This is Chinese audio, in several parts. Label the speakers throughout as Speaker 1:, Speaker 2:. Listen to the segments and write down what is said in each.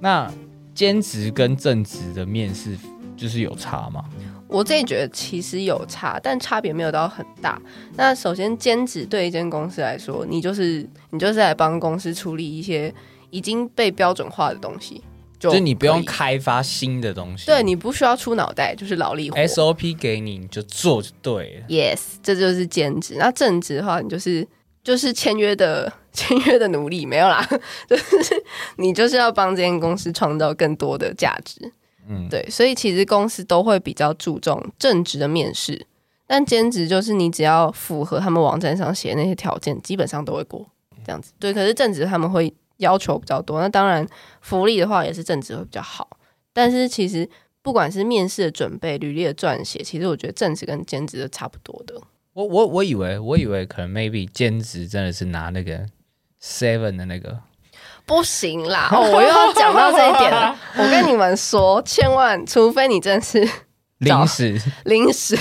Speaker 1: 那兼职跟正职的面试就是有差吗？
Speaker 2: 我自己觉得其实有差，但差别没有到很大。那首先，兼职对一间公司来说，你就是你就是来帮公司处理一些已经被标准化的东西，就
Speaker 1: 就你不
Speaker 2: 可
Speaker 1: 用
Speaker 2: 以，
Speaker 1: 开发新的东西，
Speaker 2: 对你不需要出脑袋，就是劳力活。
Speaker 1: 哎 SOP 给你你就做就对了。
Speaker 2: yes，这就是兼职。那正职的话，你就是就是签约的签约的奴隶，没有啦， 就是你就是要帮这间公司创造更多的价值。
Speaker 1: 嗯，
Speaker 2: 对，所以其实公司都会比较注重正职的面试，但兼职就是你只要符合他们网站上写的那些条件，基本上都会过这样子。对，可是正职他们会要求比较多，那当然福利的话也是正职会比较好，但是其实不管是面试的准备、履历的撰写，其实我觉得正职跟兼职都差不多的。
Speaker 1: 我我我以为我以为可能 maybe 兼职真的是拿那个 seven 的那个，
Speaker 2: 不行 啦！哦，我又要讲到这一点了。我跟你们说，千万，除非你真的是找
Speaker 1: 临时
Speaker 2: 临时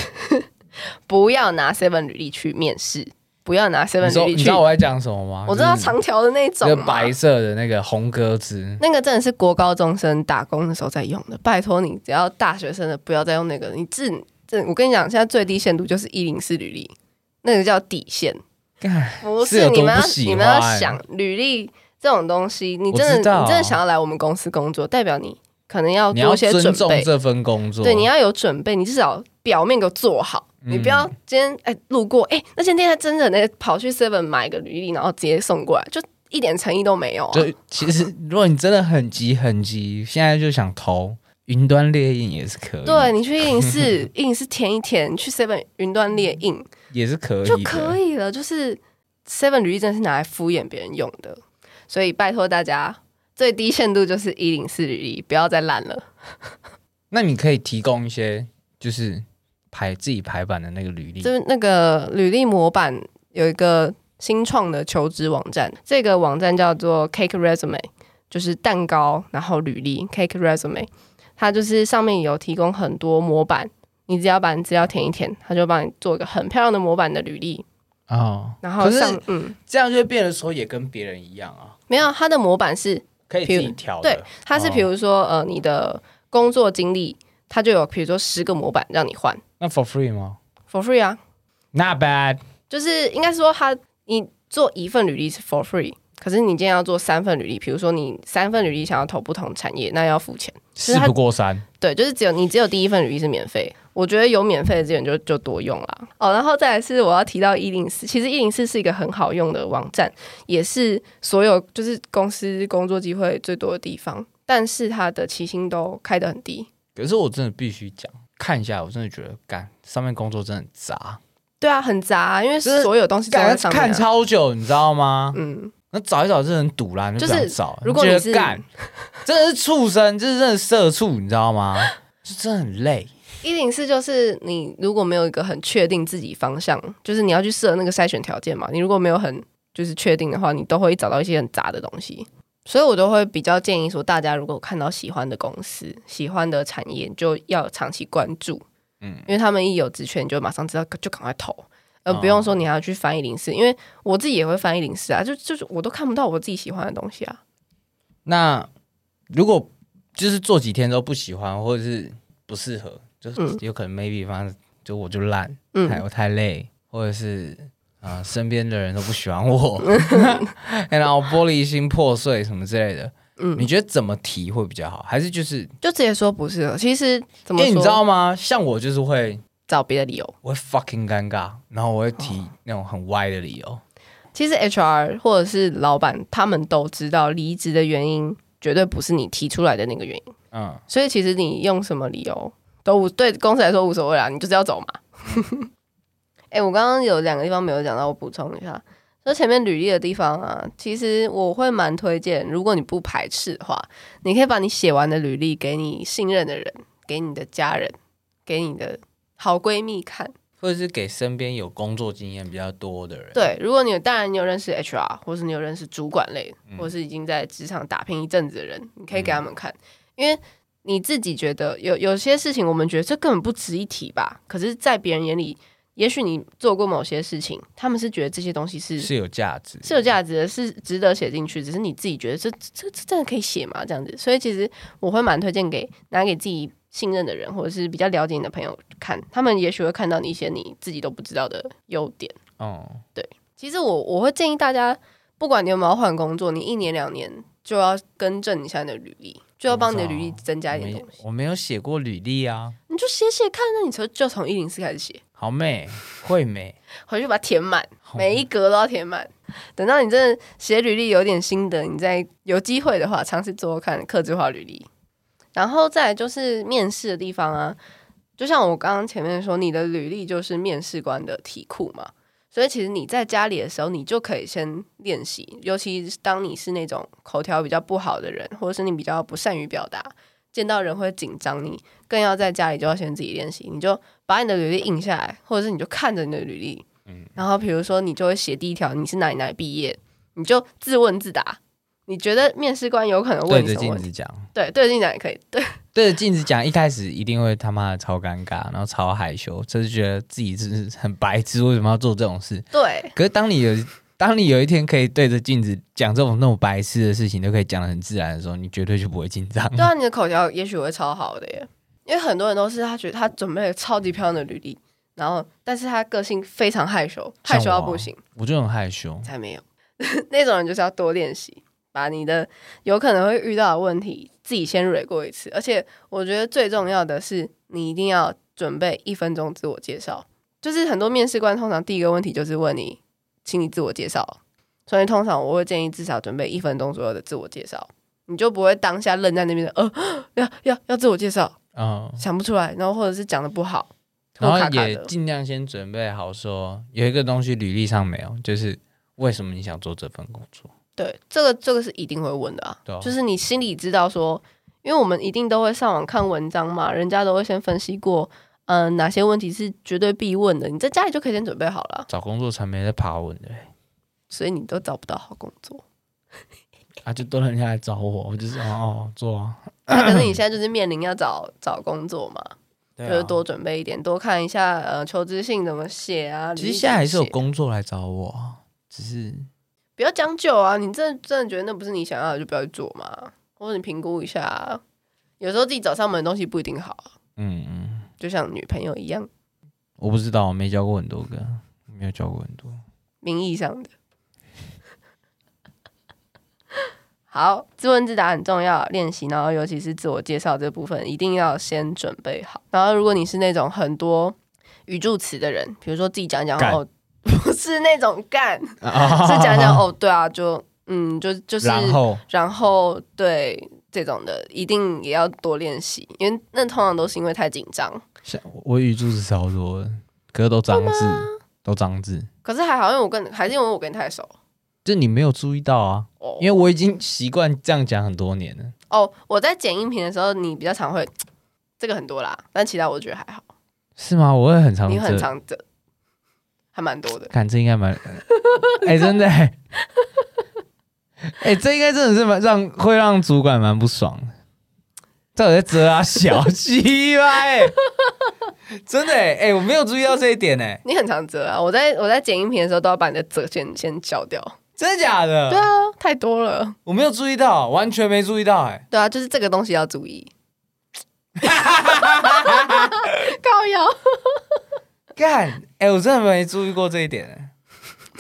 Speaker 2: 不要拿 Seven 履历去面试，不要拿
Speaker 1: 你
Speaker 2: Seven
Speaker 1: 知道
Speaker 2: 履
Speaker 1: 你知
Speaker 2: 历去。
Speaker 1: 道我在讲什么吗？
Speaker 2: 我知道
Speaker 1: 就是
Speaker 2: 长条的那种
Speaker 1: 那个
Speaker 2: 嘛
Speaker 1: 白色的那个红格子，
Speaker 2: 那个真的是国高中生打工的时候在用的。拜托你，只要大学生的不要再用那个，你自这我跟你讲，现在最低限度就是一零四履历，那个叫底线，
Speaker 1: 干
Speaker 2: 不
Speaker 1: 是有
Speaker 2: 是
Speaker 1: 多
Speaker 2: 你们
Speaker 1: 不
Speaker 2: 要
Speaker 1: 喜欢
Speaker 2: 你们要想履历这种东西，你真的
Speaker 1: 我知道
Speaker 2: 你真的想要来我们公司工作，代表你可能要
Speaker 1: 你要
Speaker 2: 多些
Speaker 1: 尊
Speaker 2: 准
Speaker 1: 重
Speaker 2: 备，
Speaker 1: 这份工作，
Speaker 2: 对，你要有准备，你至少表面给我做好，
Speaker 1: 嗯
Speaker 2: 你不要今天哎路过哎、那今天还真的那跑去 Seven 买个履历，然后直接送过来，就一点诚意都没有、啊。
Speaker 1: 就其实如果你真的很急很急，现在就想投云端猎印也是可以，
Speaker 2: 对，你去影视影视填一填，去 Seven 云端列印
Speaker 1: 也是 可以
Speaker 2: 就
Speaker 1: 的
Speaker 2: 可以了。就是 Seven 履历真的是拿来敷衍别人用的，所以拜托大家，最低限度就是一零四履历，不要再烂了。
Speaker 1: 那你可以提供一些就是排自己排版的那个履历，
Speaker 2: 就是那个履历模板有一个新创的求职网站，这个网站叫做 Cake Resume，就是蛋糕然后履历 Cake Resume，它就是上面有提供很多模板，你只要把你资料填一填，它就帮你做一个很漂亮的模板的履历，
Speaker 1: 哦，
Speaker 2: 然后
Speaker 1: 可是
Speaker 2: 上嗯
Speaker 1: 这样就变得说也跟别人一样啊，
Speaker 2: 没有它的模板是
Speaker 1: 可以自
Speaker 2: 比如
Speaker 1: 己调的。
Speaker 2: 对，它是比
Speaker 1: 哦
Speaker 2: 如说、呃你的工作经历，它就有比如说十个模板让你换
Speaker 1: 那 for free 吗
Speaker 2: for free 啊，
Speaker 1: ？Not bad，
Speaker 2: 就是应该是说他你做一份履历是 for free，可是你今天要做三份履历，比如说你三份履历想要投不同产业，那要付钱。是
Speaker 1: 事
Speaker 2: 他
Speaker 1: 不过三。
Speaker 2: 对，就是只有你只有第一份履历是免费，我觉得有免费的资源就就多用啦。哦，然后再来是我要提到一零四，其实一零四是一个很好用的网站，也是所有就是公司工作机会最多的地方，但是它的起薪都开得很低。
Speaker 1: 可是我真的必须讲，看一下，我真的觉得干上面工作真的很杂，
Speaker 2: 对啊，很杂、啊，因为
Speaker 1: 就是
Speaker 2: 所有东西都在
Speaker 1: 干
Speaker 2: 上面、
Speaker 1: 看
Speaker 2: 啊。
Speaker 1: 超久，你知道吗？
Speaker 2: 嗯，
Speaker 1: 那找一找真的很堵啦，你就不
Speaker 2: 就
Speaker 1: 想
Speaker 2: 是
Speaker 1: 找。
Speaker 2: 如果
Speaker 1: 就
Speaker 2: 你
Speaker 1: 觉
Speaker 2: 是
Speaker 1: 得干，真的是畜生，就是真的社畜，你知道吗？ 就真的很累。
Speaker 2: 一零四就是你如果没有一个很确定自己方向，就是你要去设那个筛选条件嘛，你如果没有很就是确定的话，你都会找到一些很杂的东西。所以我都会比较建议说，大家如果看到喜欢的公司、喜欢的产业，就要长期关注，
Speaker 1: 嗯哦
Speaker 2: 嗯，因为他们一有职缺，你就马上知道，就赶快投，而不用说你还要去翻一零四，因为我自己也会翻一零四啊，就就是我都看不到我自己喜欢的东西啊。
Speaker 1: 那如果就是做几天都不喜欢，或者是不适合，就是
Speaker 2: 嗯
Speaker 1: 有可能 maybe 反正就我就烂，
Speaker 2: 嗯，
Speaker 1: 太我太累，或者是啊、呃身边的人都不喜欢我， 然后玻璃心破碎什么之类的。
Speaker 2: 嗯
Speaker 1: 你觉得怎么提会比较好？还是就是
Speaker 2: 就直接说不适合。其实怎
Speaker 1: 因
Speaker 2: 么
Speaker 1: 为
Speaker 2: 说，
Speaker 1: 你知道吗？像我就是会
Speaker 2: 找别的理由。
Speaker 1: 我会 fucking 尴尬，然后我会提那种很歪的理由。
Speaker 2: 其实 HR 或者是老板，他们都知道离职的原因绝对不是你提出来的那个原因，
Speaker 1: 嗯，
Speaker 2: 所以其实你用什么理由都无对公司来说无所谓啦，你就是要走嘛。 哎、我刚刚有两个地方没有讲到，我补充一下。说前面履历的地方啊，其实我会蛮推荐，如果你不排斥的话，你可以把你写完的履历给你信任的人、给你的家人、给你的好闺蜜看。
Speaker 1: 或者是给身边有工作经验比较多的人。，
Speaker 2: 对，如果你有当然你有认识 HR，或是你有认识主管类，或是已经在职场打拼一阵子的人，你可以给他们看，因为你自己觉得有有些事情，我们觉得这根本不值一提吧，可是，在别人眼里，也许你做过某些事情，他们是觉得这些东西是
Speaker 1: 是有价值，
Speaker 2: 是有价值的，是值得写进去，只是你自己觉得这这这真的可以写吗？这样子，所以其实我会蛮推荐给拿给自己信任的人，或者是比较了解你的朋友看，他们也许会看到你一些你自己都不知道的优点。
Speaker 1: 哦，
Speaker 2: 其实我我会建议大家，不管你有没有换工作，你一年两年就要更正一下你的履历，就要帮你的履历增加一点
Speaker 1: 没
Speaker 2: 东西。
Speaker 1: 我没有写过履历啊，
Speaker 2: 你就写写看，那你从就从一零四开始写，
Speaker 1: 好 美，惠美，
Speaker 2: 回去把它填满，
Speaker 1: 好
Speaker 2: 每一格都要填满。等到你真的写履历有点心得，你再有机会的话，尝试做做看客制化履历。然后再来就是面试的地方啊，就像我刚刚前面说，你的履历就是面试官的题库嘛。所以其实你在家里的时候，你就可以先练习，尤其是当你是那种口条比较不好的人，或者是你比较不善于表达，见到人会紧张你，更要在家里就要先自己练习。你就把你的履历印下来，或者是你就看着你的履历，然后比如说你就会写第一条你是哪里哪里毕业，你就自问自答。你觉得面试官有可能
Speaker 1: 对
Speaker 2: 问你
Speaker 1: 着
Speaker 2: 什么
Speaker 1: 镜
Speaker 2: 问题？
Speaker 1: 子讲，
Speaker 2: 对，对着镜子也可以。 对，
Speaker 1: 对着镜子讲，一开始一定会他妈的超尴尬，然后超害羞，就是觉得自己真是很白痴，为什么要做这种事？
Speaker 2: 对，
Speaker 1: 可是当你有 当你有一天可以对着镜子讲这种那种白痴的事情，都可以讲的很自然的时候，你绝对就不会紧张。
Speaker 2: 对啊，你的口条也许会超好的耶，因为很多人都是他觉得他准备了超级漂亮的履历，然后但是他个性非常害羞，害羞到不行，
Speaker 1: 我就很害羞，
Speaker 2: 才没有 那种人就是要多练习，把你的有可能会遇到的问题自己先蕊过一次，而且我觉得最重要的是你一定要准备一分钟自我介绍，就是很多面试官通常第一个问题就是问你，请你自我介绍，所以通常我会建议至少准备一分钟左右的自我介绍。你就不会当下愣在那边的，呃，要要要自我介绍，
Speaker 1: 嗯，
Speaker 2: 想不出来，然后或者是讲的不好，
Speaker 1: 然后
Speaker 2: 卡卡
Speaker 1: 也
Speaker 2: 的
Speaker 1: 尽量先准备好说，有一个东西履历上没有，就是为什么你想做这份工作？
Speaker 2: 对，这个这个是一定会问的啊，
Speaker 1: 对啊
Speaker 2: 就是你心里知道说，因为我们一定都会上网看文章嘛，人家都会先分析过，嗯、哪些问题是绝对必问的，你在家里就可以先准备好了，啊
Speaker 1: 找工作才没在爬文的、欸、
Speaker 2: 所以你都找不到好工作。
Speaker 1: 啊，就都人家来找我，我就是哦哦做啊，
Speaker 2: 那可是你现在就是面临要找找工作嘛，
Speaker 1: 对啊
Speaker 2: 就是多准备一点，多看一下呃求职信怎么写啊。
Speaker 1: 其
Speaker 2: 履
Speaker 1: 实
Speaker 2: 历
Speaker 1: 现在还是有
Speaker 2: 怎么写
Speaker 1: 工作来找我啊，只是
Speaker 2: 不要将就啊！你真的真的觉得那不是你想要的，就不要去做嘛。或者你评估一下啊，有时候自己找上门的东西不一定好啊，
Speaker 1: 嗯嗯，
Speaker 2: 就像女朋友一样，
Speaker 1: 我不知道，我没教过很多个，没有教过很多。
Speaker 2: 名义上的。 好，自问自答很重要，练习，然后尤其是自我介绍这部分，一定要先准备好。然后，如果你是那种很多语助词的人，比如说自己讲一讲
Speaker 1: 干
Speaker 2: 哦， 不是那种 干，
Speaker 1: 是
Speaker 2: 是讲一讲哦，对啊，就嗯，就就 是
Speaker 1: 然后
Speaker 2: 然后对这种的一定也要多练习，因为那通常都是因为太紧张。
Speaker 1: 像我语助词超多的，可是都脏字，都脏字，
Speaker 2: 可是还好，因为我跟还是因为我跟你太熟
Speaker 1: 就你没有注意到啊，
Speaker 2: 哦
Speaker 1: 因为我已经习惯这样讲很多年了。
Speaker 2: 哦，我在剪音频的时候，你比较常会这个很多啦，但其他我觉得还好，
Speaker 1: 是吗？我会很常
Speaker 2: 你很
Speaker 1: 这
Speaker 2: 常这还蛮多的。
Speaker 1: 看这应该蛮，哎、真的、欸，哎、这应该真的是蛮让会让主管蛮不爽的。这我在遮啊，小鸡吧、 欸，真的、欸，哎、我没有注意到这一点、欸，哎，
Speaker 2: 你很常折啊！我在我在剪音频的时候，都要把你的折先先消掉。
Speaker 1: 真的假的？
Speaker 2: 对啊，太多了。
Speaker 1: 我没有注意到，完全没注意到、欸，
Speaker 2: 对啊，就是这个东西要注意。 高瑶，
Speaker 1: 哎，干，哎、我真的没注意过这一点、欸，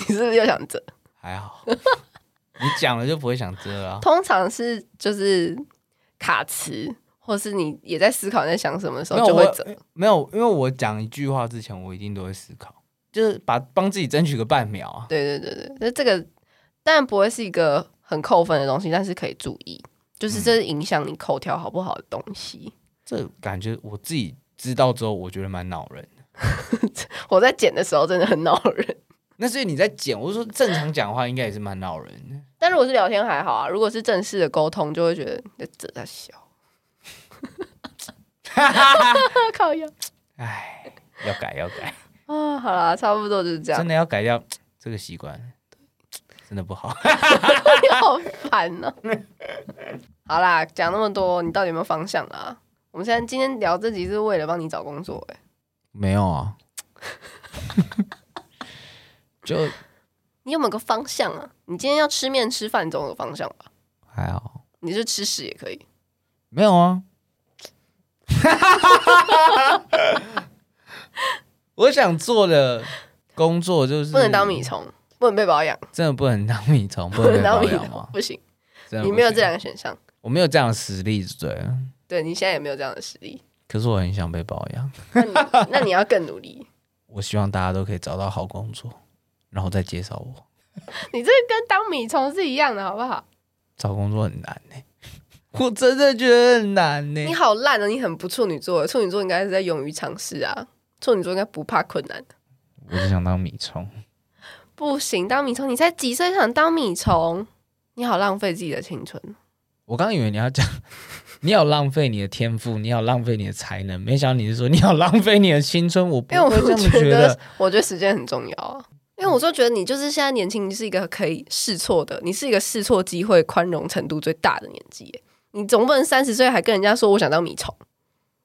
Speaker 2: 你是不是又想折？
Speaker 1: 还 好，你讲了就不会想遮了啊。
Speaker 2: 通常是就是卡词，或是你也在思考你在想什么的时候
Speaker 1: 没有
Speaker 2: 就会
Speaker 1: 我
Speaker 2: 折。
Speaker 1: 没有，因为我讲一句话之前，我一定都会思考，就是把帮自己争取个半秒啊。
Speaker 2: 对对对对，那这个当然不会是一个很扣分的东西，但是可以注意，就是
Speaker 1: 嗯
Speaker 2: 这是影响你口条好不好的东西。
Speaker 1: 这感觉我自己知道之后，我觉得蛮恼人的。
Speaker 2: 我在剪的时候真的很恼人，
Speaker 1: 那所以你在剪，我就说正常讲话应该也是蛮恼人的。
Speaker 2: 但如果是聊天还好啊，如果是正式的沟通，就会觉得你这 在笑，靠腰
Speaker 1: 哎，要改要改，
Speaker 2: 啊！好啦，差不多就是这样
Speaker 1: 真，的要改掉这个习惯，真的不好。
Speaker 2: 你好烦呢、好啦，讲那么多，你到底有没有方向啊？我们现在今天聊这集是为了帮你找工作、欸，
Speaker 1: 没有啊， 就
Speaker 2: 你有没有个方向啊？你今天要吃面吃饭，你总有个方向吧？
Speaker 1: 还好，
Speaker 2: 你就吃屎也可以。
Speaker 1: 没有啊。 我想做的工作就是
Speaker 2: 不能当米，虫，不能被保养，
Speaker 1: 真的不能当米虫，不
Speaker 2: 不能
Speaker 1: 能当
Speaker 2: 当米
Speaker 1: 米
Speaker 2: 虫
Speaker 1: 虫，
Speaker 2: 不行。
Speaker 1: 真的
Speaker 2: 你
Speaker 1: 不
Speaker 2: 没有
Speaker 1: 行
Speaker 2: 这两个选项，
Speaker 1: 我没有这样的实力，对了。
Speaker 2: 对你现在也没有这样的实力，
Speaker 1: 可是我很想被保养，
Speaker 2: 那你那你要更努力。
Speaker 1: 我希望大家都可以找到好工作，然后再介绍我。
Speaker 2: 你这个跟当米虫是一样的，好不好？
Speaker 1: 找工作很难呢、 我真的觉得很难欸呢、
Speaker 2: 你好烂啊！你很不处女座，处女座应该是在勇于尝试啊，处女座应该不怕困难。
Speaker 1: 我只想当米虫，
Speaker 2: 不行，当米虫，你才几岁想当米虫？你好浪费自己的青春。哦
Speaker 1: 我刚以为你要讲， 你要浪费你的天赋，你要浪费你的才能，没想到你是说你要浪费你的青春。我不
Speaker 2: 因为我
Speaker 1: 会这么
Speaker 2: 觉
Speaker 1: 得
Speaker 2: 得，，我觉得时间很重要啊。因为我就觉得你就是现在年轻，你是一个可以试错的，你是一个试错机会宽容程度最大的年纪耶。你总不能三十岁还跟人家说我想当米虫，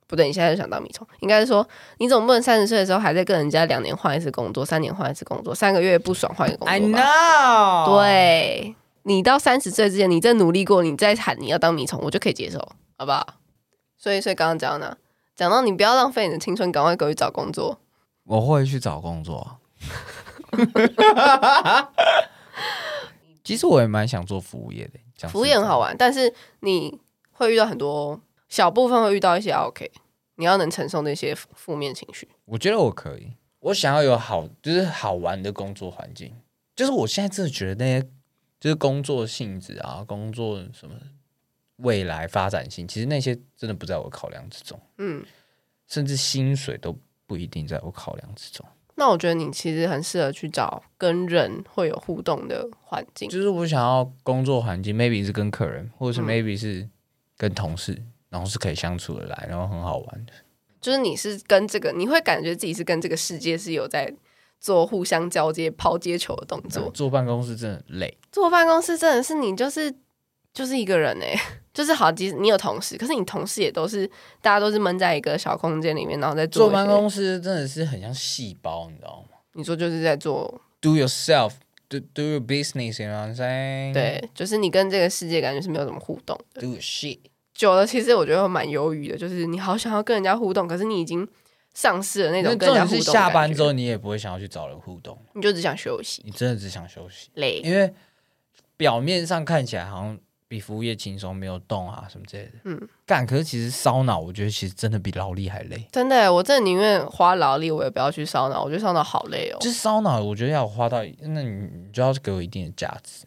Speaker 2: 不对，你现在就想当米虫，应该是说你总不能三十岁的时候还在跟人家两年换一次工作，三年换一次工作，三个月不爽换一个工
Speaker 1: I
Speaker 2: 作吧。
Speaker 1: know，，
Speaker 2: 啊对你到三十岁之前，你再努力过，你再喊你要当米虫，我就可以接受，好不好？所以，所以刚刚讲到哪？讲到你不要浪费你的青春，赶快给我去找工作。
Speaker 1: 我会去找工作。 其实我也蛮想做服务业的，讲实
Speaker 2: 服务也很
Speaker 1: 在
Speaker 2: 好玩，但是你会遇到很多小部分会遇到一些 OK，你要能承受那些负负面情绪。
Speaker 1: 我觉得我可以，我想要有好就是好玩的工作环境，就是我现在真的觉得那些就是工作性质啊，工作什么未来发展性，其实那些真的不在我考量之中，
Speaker 2: 嗯，
Speaker 1: 甚至薪水都不一定在我考量之中。
Speaker 2: 那我觉得你其实很适合去找跟人会有互动的环境。
Speaker 1: 就是我想要工作环境，maybe 是跟客人，或者是
Speaker 2: 嗯
Speaker 1: maybe 是跟同事，然后是可以相处的来，然后很好玩的。
Speaker 2: 就是你是跟这个，你会感觉自己是跟这个世界是有在做互相交接、抛接球的动作。
Speaker 1: 坐办公室真的很累，
Speaker 2: 坐办公室真的是你就是就是一个人哎、 就是好，即使你有同事，可是你同事也都是大家都是闷在一个小空间里面，然后在做
Speaker 1: 坐
Speaker 2: 一些
Speaker 1: 办，公室真的是很像细胞，你知道吗？
Speaker 2: 你说就是在做
Speaker 1: do yourself, do do your business, you know what I'm saying?
Speaker 2: 对，就是你跟这个世界感觉是没有什么互动的。
Speaker 1: ，do your shit。
Speaker 2: 久了，其实我觉得会蛮忧郁的，就是你好想要跟人家互动，可是你已经丧失了那种
Speaker 1: 那重
Speaker 2: 跟人家
Speaker 1: 点
Speaker 2: 互动
Speaker 1: 是
Speaker 2: 的感觉。
Speaker 1: 下班之后你也不会想要去找人互动，
Speaker 2: 你就只想休息，
Speaker 1: 你真的只想休息，
Speaker 2: 累。
Speaker 1: 因为表面上看起来好像比服务业轻松，没有动啊什么之类的。
Speaker 2: 嗯
Speaker 1: 嗯，干，可是其实烧脑，我觉得其实真的比劳力还累。
Speaker 2: 真的耶，欸我真的宁愿花劳力，我也不要去烧脑。我觉得烧脑好累哦
Speaker 1: 就，是烧脑，我觉得要花到，那你你就要给我一定的价值。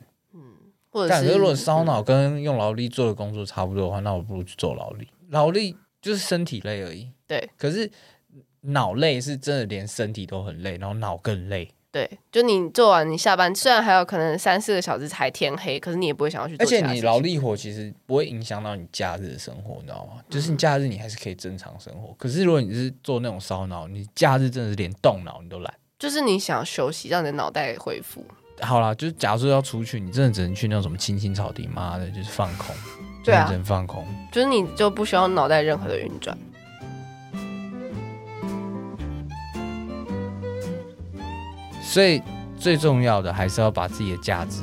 Speaker 2: 或者
Speaker 1: 但
Speaker 2: 是嗯
Speaker 1: 如果烧脑跟用劳力做的工作差不多的话，那我不如去做劳力。劳力就是身体累而已，
Speaker 2: 对。
Speaker 1: 可是脑累是真的连身体都很累，然后脑更累，
Speaker 2: 对，就你做完，你下班虽然还有可能三四个小时才天黑，可是你也不会想要去做
Speaker 1: 而
Speaker 2: 其
Speaker 1: 且
Speaker 2: 他事情。
Speaker 1: 你劳力活其实不会影响到你假日的生活，你知道吗？
Speaker 2: 嗯
Speaker 1: 就是你假日你还是可以正常生活，可是如果你是做那种烧脑，你假日真的是连动脑你都懒。
Speaker 2: 就是你想休息，让你的脑袋恢复。
Speaker 1: 好啦，就是假如说要出去，你真的只能去那种什么青青草地，妈的，就是放空，
Speaker 2: 对啊
Speaker 1: 真的只能放空。
Speaker 2: 就是你就不需要脑袋任何的运转。
Speaker 1: 所以最重要的还是要把自己的价值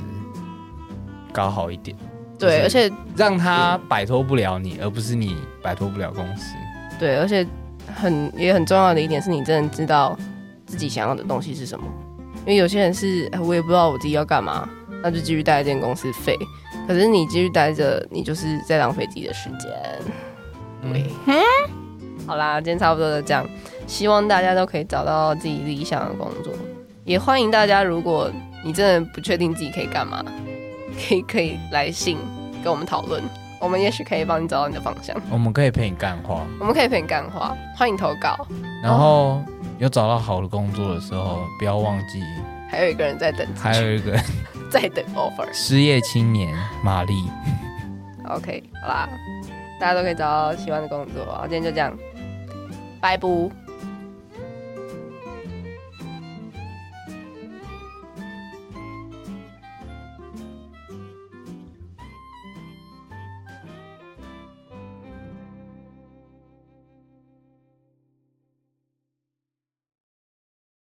Speaker 1: 搞好一点，就是
Speaker 2: 对，而且
Speaker 1: 让他摆脱不了你，而不是你摆脱不了公司。
Speaker 2: 对，而且很也很重要的一点是你真的知道自己想要的东西是什么，因为有些人是哎我也不知道我自己要干嘛，那就继续待在这间公司废。可是你继续待着，你就是在浪费自己的时间。对，好啦，今天差不多就这样，希望大家都可以找到自己理想的工作，也欢迎大家，如果你真的不确定自己可以干嘛，可以可以来信跟我们讨论，我们也许可以帮你找到你的方向。
Speaker 1: 我们可以陪你干话，
Speaker 2: 我们可以陪你干话，欢迎投稿。
Speaker 1: 然后有找到好的工作的时候，不要忘记
Speaker 2: 还有一个人在等，
Speaker 1: 还有一个
Speaker 2: 在等 offer。
Speaker 1: 失业青年玛丽。
Speaker 2: OK，好啦，大家都可以找到喜欢的工作。好，今天就这样，拜拜。